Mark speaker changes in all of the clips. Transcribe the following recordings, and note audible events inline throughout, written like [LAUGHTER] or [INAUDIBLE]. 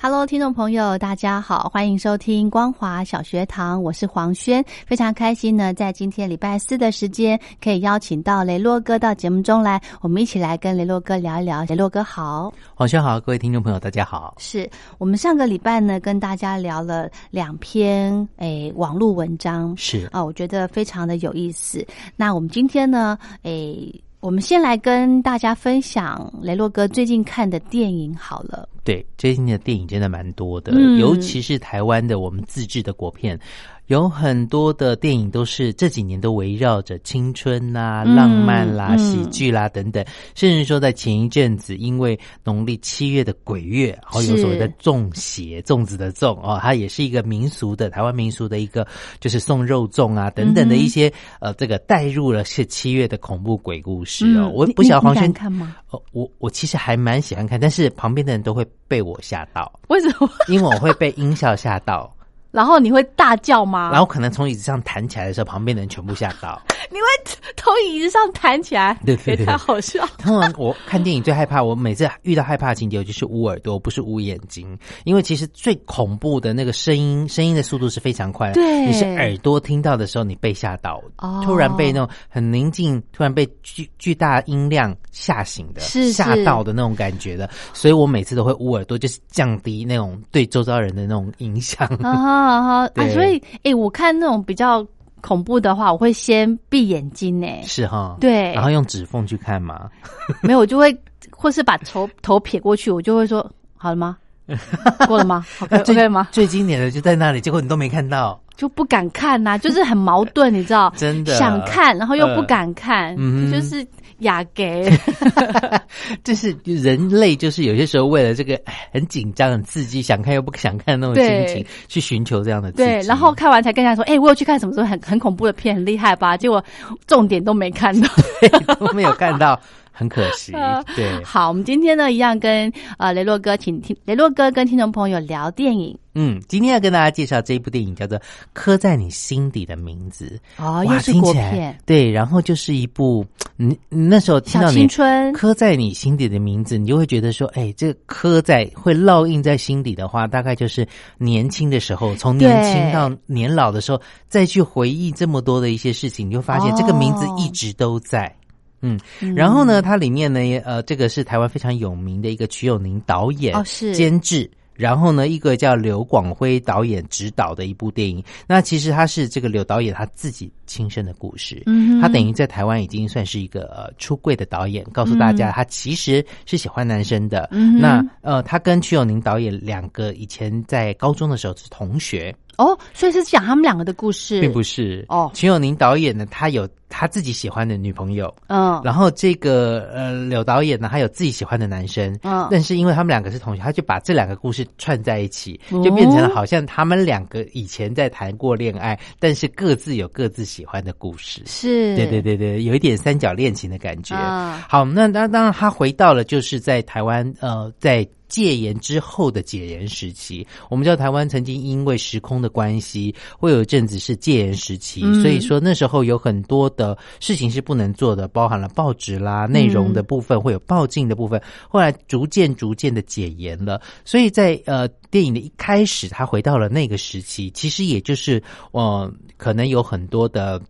Speaker 1: Hello，听众朋友，大家好，欢迎收听光华小学堂，我是黄轩，非常开心呢，在今天礼拜四的时间，可以邀请到雷洛哥到节目中来，我们一起来跟雷洛哥聊一聊。雷洛哥好，
Speaker 2: 黄轩好，各位听众朋友，大家好。
Speaker 1: 是我们上个礼拜呢，跟大家聊了两篇诶网络文章，
Speaker 2: 是
Speaker 1: 啊、我觉得非常的有意思。那我们今天呢，诶，我们先来跟大家分享雷洛哥最近看的电影好了。
Speaker 2: 对，最近的电影真的蛮多的，
Speaker 1: 嗯
Speaker 2: 尤其是台湾的我们自制的国片，有很多的电影都是这几年都围绕着青春啦、
Speaker 1: 嗯
Speaker 2: 浪漫啦、
Speaker 1: 嗯
Speaker 2: 喜剧啦等等，甚至说在前一阵子，因为农历七月的鬼月，然后有
Speaker 1: 是
Speaker 2: 所谓的粽邪，粽子的粽哦，它也是一个民俗的台湾民俗的一个，就是送肉粽啊等等的
Speaker 1: 嗯哼
Speaker 2: 一些、呃，这个带入了是七月的恐怖鬼故事哦。
Speaker 1: 嗯
Speaker 2: 我
Speaker 1: 你
Speaker 2: 不晓得
Speaker 1: 你
Speaker 2: 黄
Speaker 1: 你敢
Speaker 2: 轩
Speaker 1: 看吗？
Speaker 2: 哦，我我其实还蛮喜欢看，但是旁边的人都会被我吓到，
Speaker 1: 为什么？
Speaker 2: 因为我会被音效吓到，
Speaker 1: 然后你会大叫 [LAUGHS] 吗？
Speaker 2: 然后可能从椅子上弹起来的时候，旁边的人全部吓到。
Speaker 1: 你会从椅子上弹起来，
Speaker 2: 对对对
Speaker 1: 也太好笑。
Speaker 2: 通常我看电影最害怕，我每次遇到害怕的情节，我就是捂耳朵，不是捂眼睛，因为其实最恐怖的那个声音，声音的速度是非常快的。
Speaker 1: 对
Speaker 2: 你是耳朵听到的时候，你被吓到，
Speaker 1: 哦
Speaker 2: 突然被那种很宁静，突然被巨巨大音量吓醒的，
Speaker 1: 是是
Speaker 2: 吓到的那种感觉的，所以我每次都会捂耳朵，就是降低那种对周遭人的那种
Speaker 1: [LAUGHS]
Speaker 2: 影响。
Speaker 1: [LAUGHS] 啊哈啊哈！啊，
Speaker 2: 对
Speaker 1: 所以诶，我看那种比较恐怖的话，我会先闭眼睛诶，
Speaker 2: 是哈，
Speaker 1: 对
Speaker 2: 然后用指缝去
Speaker 1: [LAUGHS]
Speaker 2: 看嘛，
Speaker 1: 没有我就会，或是把头头撇过去，我就会说好了吗？
Speaker 2: [LAUGHS]
Speaker 1: 过了吗？OK
Speaker 2: 最
Speaker 1: OK 吗？
Speaker 2: 最 [LAUGHS] 经典的就在那里，结果你都没看到。
Speaker 1: 就不敢看
Speaker 2: [LAUGHS]
Speaker 1: 呐、就是很矛盾，你知道？
Speaker 2: 真的
Speaker 1: 想看，然后又不敢看，
Speaker 2: 嗯嗯哼
Speaker 1: 就是雅
Speaker 2: [LAUGHS]
Speaker 1: 给。
Speaker 2: 这是人类，就是有些时候为了这个哎很紧张、很刺激，想看又不想看的那种
Speaker 1: 对
Speaker 2: 心情，去寻求这样的刺激。
Speaker 1: 对，然
Speaker 2: [LAUGHS]
Speaker 1: 后看完才跟人家说，哎、我有去看什么什么很很恐怖的片，很厉害吧？结果重点都没看到。
Speaker 2: 都没有看到，很可
Speaker 1: [LAUGHS]
Speaker 2: 惜
Speaker 1: 呃。
Speaker 2: 对，
Speaker 1: 好，我们今天呢，一样跟呃雷洛哥，请听雷洛哥跟听众朋友聊电影
Speaker 2: 嗯，今天要跟大家介绍这一部电影，叫做《刻在你心底的名字》。
Speaker 1: 哦
Speaker 2: 哇
Speaker 1: 又是
Speaker 2: 听
Speaker 1: 国
Speaker 2: 起来
Speaker 1: 片，
Speaker 2: 对，然后就是一部，你你那时候听
Speaker 1: 小
Speaker 2: 到你
Speaker 1: 青春。
Speaker 2: 刻在你心底的名字，你就会觉得说，哎，这个刻在会烙印在心底的话，大概就是年轻的时候，从年轻
Speaker 1: 对
Speaker 2: 到年老的时候，再去回忆这么多的一些事情，你就发现这个名字
Speaker 1: 哦
Speaker 2: 一直都在。嗯，然后呢，它里面呢，呃，这个是台湾非常有名的一个瞿友宁导演
Speaker 1: 哦是
Speaker 2: 监制。然后呢，一个叫刘广辉导演执导的一部电影，那其实他是这个刘导演他自己亲身的故事，
Speaker 1: 嗯哼
Speaker 2: 他等于在台湾已经算是一个呃出柜的导演，告诉大家他其实是喜欢男生的。
Speaker 1: 嗯哼
Speaker 2: 那呃，他跟瞿友宁导演两个以前在高中的时候是同学，
Speaker 1: 哦，所以是讲他们两个的故事，
Speaker 2: 并不是
Speaker 1: 哦
Speaker 2: 瞿友宁导演呢，他有他自己喜欢的女朋友，
Speaker 1: 嗯，
Speaker 2: 然后这个呃柳导演呢，他有自己喜欢的男生，
Speaker 1: 嗯
Speaker 2: 但是因为他们两个是同学，他就把这两个故事串在一起，
Speaker 1: 哦
Speaker 2: 就变成了好像他们两个以前在谈过恋爱，但是各自有各自喜欢的故事。
Speaker 1: 是，
Speaker 2: 对对对对，有一点三角恋情的感觉。
Speaker 1: 啊
Speaker 2: 好，那那当然，他回到了就是在台湾，呃，在戒严之后的解严时期。我们知道台湾曾经因为时空的关系，会有一阵子是戒严时期，
Speaker 1: 嗯
Speaker 2: 所以说那时候有很多的事情是不能做的，包含了报纸啦、
Speaker 1: 嗯
Speaker 2: 内容的部分，会有报禁的部分。后来逐渐逐渐的解严了，所以在呃电影的一开始，他回到了那个时期，其实也就是呃，可能有很多的。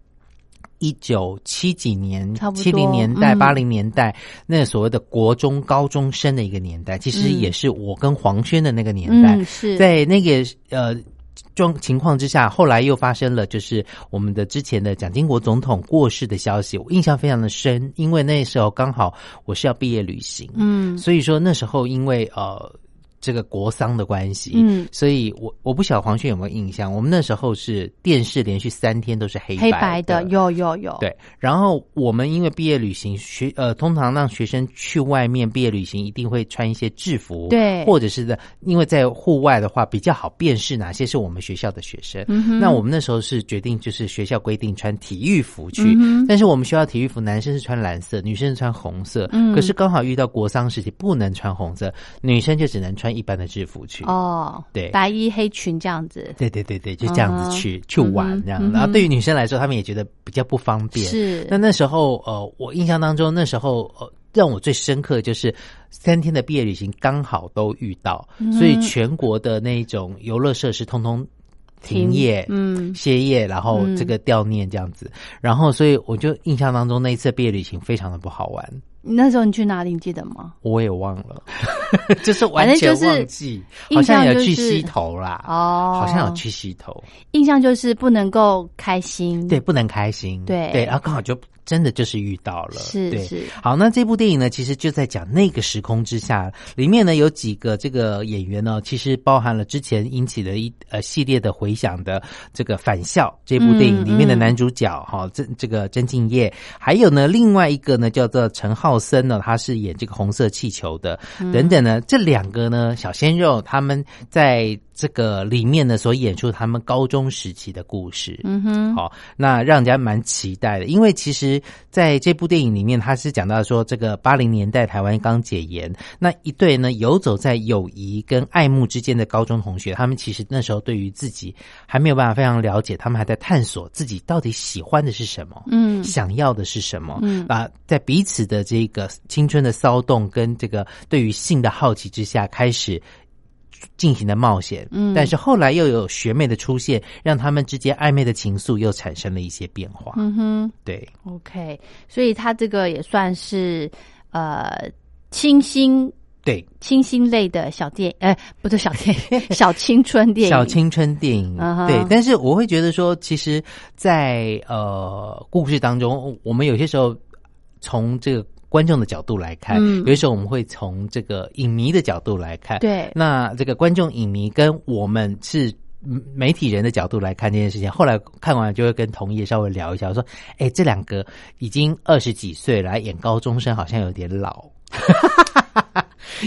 Speaker 2: 一九七几年
Speaker 1: 差、不多
Speaker 2: 七零年代、
Speaker 1: 嗯
Speaker 2: 八零年代，那所谓的国中、高中生的一个年代，其实
Speaker 1: 嗯
Speaker 2: 也是我跟黄轩的那个年代。
Speaker 1: 嗯是，
Speaker 2: 在那个呃状情况之下，后来又发生了就是我们的之前的蒋经国总统过世的消息，我印象非常的深，因为那时候刚好我是要毕业旅行，
Speaker 1: 嗯
Speaker 2: 所以说那时候因为呃这个国丧的关系，
Speaker 1: 嗯，
Speaker 2: 所以我我不晓得黄轩有没有印象，我们那时候是电视连续三天都是黑
Speaker 1: 黑
Speaker 2: 白
Speaker 1: 白的有有有，
Speaker 2: 对，然后我们因为毕业旅行学呃，通常让学生去外面毕业旅行，一定会穿一些制服，
Speaker 1: 对
Speaker 2: 或者是的，因为在户外的话比较好辨识哪些是我们学校的学生。
Speaker 1: 嗯哼
Speaker 2: 那我们那时候是决定就是学校规定穿体育服去，
Speaker 1: 嗯
Speaker 2: 但是我们学校体育服男生是穿蓝色，女生是穿红色，
Speaker 1: 嗯
Speaker 2: 可是刚好遇到国丧时期不能穿红色，女生就只能穿一般的制服去。
Speaker 1: 哦，
Speaker 2: 对
Speaker 1: 白衣黑裙这样子，
Speaker 2: 对对对对，就这样
Speaker 1: 嗯哼
Speaker 2: 子去、去玩这样，
Speaker 1: 嗯哼
Speaker 2: 然后对于女生来说，她们也觉得比较不方便，
Speaker 1: 是
Speaker 2: 那那时候，呃，我印象当中，那时候呃，让我最深刻的就是三天的毕业旅行刚好都遇到，
Speaker 1: 嗯
Speaker 2: 所以全国的那种游乐设施通通停业、
Speaker 1: 嗯
Speaker 2: 歇业，然后这个悼念这样子。然后，所以我就印象当中那一次毕业旅行非常的不好玩，
Speaker 1: 你那时候你去哪里？你记得吗？
Speaker 2: 我也忘了， [LAUGHS] 就是完全忘记，
Speaker 1: 反正就是
Speaker 2: 好像有
Speaker 1: 印象
Speaker 2: 去
Speaker 1: 就是
Speaker 2: 溪头啦，
Speaker 1: 哦
Speaker 2: 好像有去溪头，
Speaker 1: 印象就是不能够开心，
Speaker 2: 对，，不能开心，
Speaker 1: 对
Speaker 2: 对，然啊后刚好就真的就是遇到了，
Speaker 1: 是
Speaker 2: 对
Speaker 1: 是
Speaker 2: 好，那这部电影呢，其实就在讲那个时空之下，里面呢有几个这个演员呢，其实包含了之前引起的一呃系列的回响的这个《返校》这部电影
Speaker 1: 嗯
Speaker 2: 里面的
Speaker 1: 嗯
Speaker 2: 男主角哈、这这个曾敬业，还有呢另外一个呢叫做陈浩森呢，他是演这个红色气球的，
Speaker 1: 嗯
Speaker 2: 等等呢，这两个呢小鲜肉他们在这个里面呢所演出他们高中时期的故事，
Speaker 1: 嗯哼，
Speaker 2: 好、那让人家蛮期待的，因为其实在这部电影里面，他是讲到说，这个八零年代台湾刚解严，那一对呢游走在友谊跟爱慕之间的高中同学，他们其实那时候对于自己还没有办法非常了解，他们还在探索自己到底喜欢的是什么。
Speaker 1: 嗯
Speaker 2: 想要的是什么？
Speaker 1: 嗯
Speaker 2: 啊，在彼此的这个青春的骚动跟这个对于性的好奇之下，开始进行了冒险。
Speaker 1: 嗯
Speaker 2: 但是后来又有学妹的出现，让他们之间暧昧的情愫又产生了一些变化。
Speaker 1: 嗯哼
Speaker 2: 对，
Speaker 1: ，OK，所以他这个也算是呃清新
Speaker 2: 对，
Speaker 1: 清新类的小电，呃，不是小电影， [LAUGHS] 小青春电影，
Speaker 2: 小青春电影，
Speaker 1: 嗯哼
Speaker 2: 对。但是我会觉得说，其实在，呃故事当中，我们有些时候从这个观众的角度来看，
Speaker 1: 嗯
Speaker 2: 有些时候我们会从这个影迷的角度来看，。
Speaker 1: 对，
Speaker 2: 那这个观众、影迷跟我们是。嗯媒体人的角度来看这件事情，后来看完就会跟同业稍微聊一下，我说：“哎、这两个已经二十几岁了，还演高中生好像有点老。” [LAUGHS]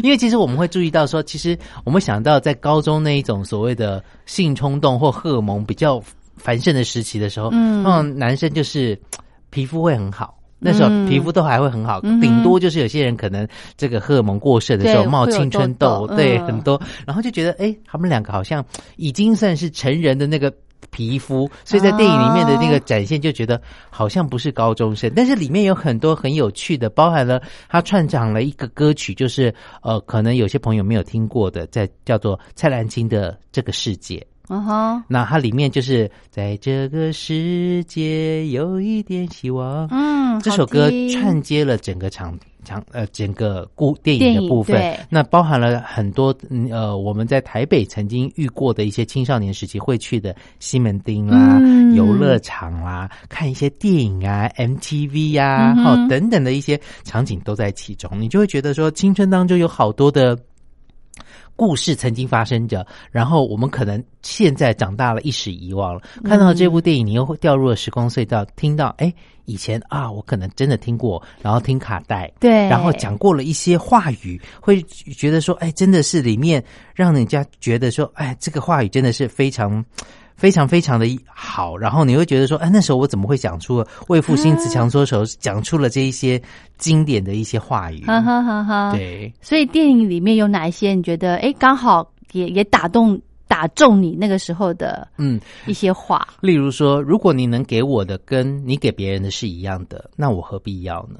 Speaker 2: 因为其实我们会注意到说，其实我们想到在高中那一种所谓的性冲动或荷尔蒙比较繁盛的时期的时候，
Speaker 1: 嗯
Speaker 2: 嗯，男生就是嘖皮肤会很好。那时候
Speaker 1: 嗯
Speaker 2: 皮肤都还会很好，
Speaker 1: 嗯哼
Speaker 2: 顶多就是有些人可能这个荷尔蒙过剩的啊时候
Speaker 1: 对
Speaker 2: 冒
Speaker 1: 会有
Speaker 2: 青春
Speaker 1: 痘
Speaker 2: 痘，
Speaker 1: 痘
Speaker 2: 对，
Speaker 1: 嗯
Speaker 2: 很多，然后就觉得哎、诶他们两个好像已经算是成人的那个皮肤，所以在电影里面的那个展现就觉得好像不是高中生，但是里面有很多很有趣的，包含了他串场了一个歌曲，就是呃，可能有些朋友没有听过的，在叫做蔡澜清的《这个世界》。
Speaker 1: 嗯哼，
Speaker 2: 那它里面就是在这个世界有一点希望，
Speaker 1: 嗯，
Speaker 2: 这
Speaker 1: 好
Speaker 2: 首歌
Speaker 1: 听
Speaker 2: 串接了整个场场呃整个故电
Speaker 1: 电影
Speaker 2: 影的部分
Speaker 1: 对，
Speaker 2: 那包含了很多嗯呃我们在台北曾经遇过的一些青少年时期会去的西门町啦、
Speaker 1: 嗯
Speaker 2: 游乐场啦、啊看一些电影啊、MTV 呀、
Speaker 1: 嗯哼
Speaker 2: 哦等等的一些场景都在其中，你就会觉得说青春当中有好多的。故事曾经发生着，然后我们可能现在长大了，一时遗忘了。看到这部电影，你又会掉入了时空隧道，听到哎，以前啊，我可能真的听过，然后听卡带，
Speaker 1: 对，
Speaker 2: 然后讲过了一些话语，会觉得说，哎，真的是里面让人家觉得说，哎，这个话语真的是非常。非常非常的好，然后你会觉得说，哎，那时候我怎么会讲出为赋新词强说愁，讲出了这一些经典的一些话语？
Speaker 1: 哈哈哈哈，。
Speaker 2: 对，
Speaker 1: 嗯所以电影里面有哪一些你觉得哎刚好也也打动打中你那个时候的
Speaker 2: 嗯，
Speaker 1: 一些话？
Speaker 2: 例如说，如果你能给我的跟你给别人的是一样的，那我何必要呢？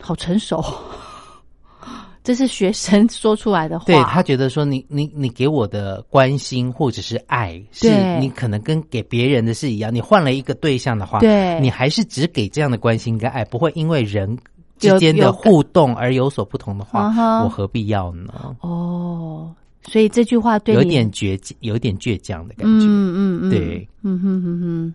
Speaker 1: 好成
Speaker 2: [LAUGHS]
Speaker 1: 熟，这是学生说出来的话。
Speaker 2: 对他觉得说你你你给我的关心或者是爱，是
Speaker 1: 对
Speaker 2: 你可能跟给别人的是一样，你换了一个对象的话，
Speaker 1: 对
Speaker 2: 你还是只给这样的关心跟爱，不会因为人之间
Speaker 1: 有
Speaker 2: 的
Speaker 1: 有
Speaker 2: 互动而有所不同的话
Speaker 1: 嗯，哼
Speaker 2: 我何必要呢？
Speaker 1: 哦，
Speaker 2: 所以这句话对
Speaker 1: 有
Speaker 2: 你
Speaker 1: 点倔，有点倔强的感觉。
Speaker 2: 嗯嗯嗯，
Speaker 1: 对，
Speaker 2: 嗯哼哼哼，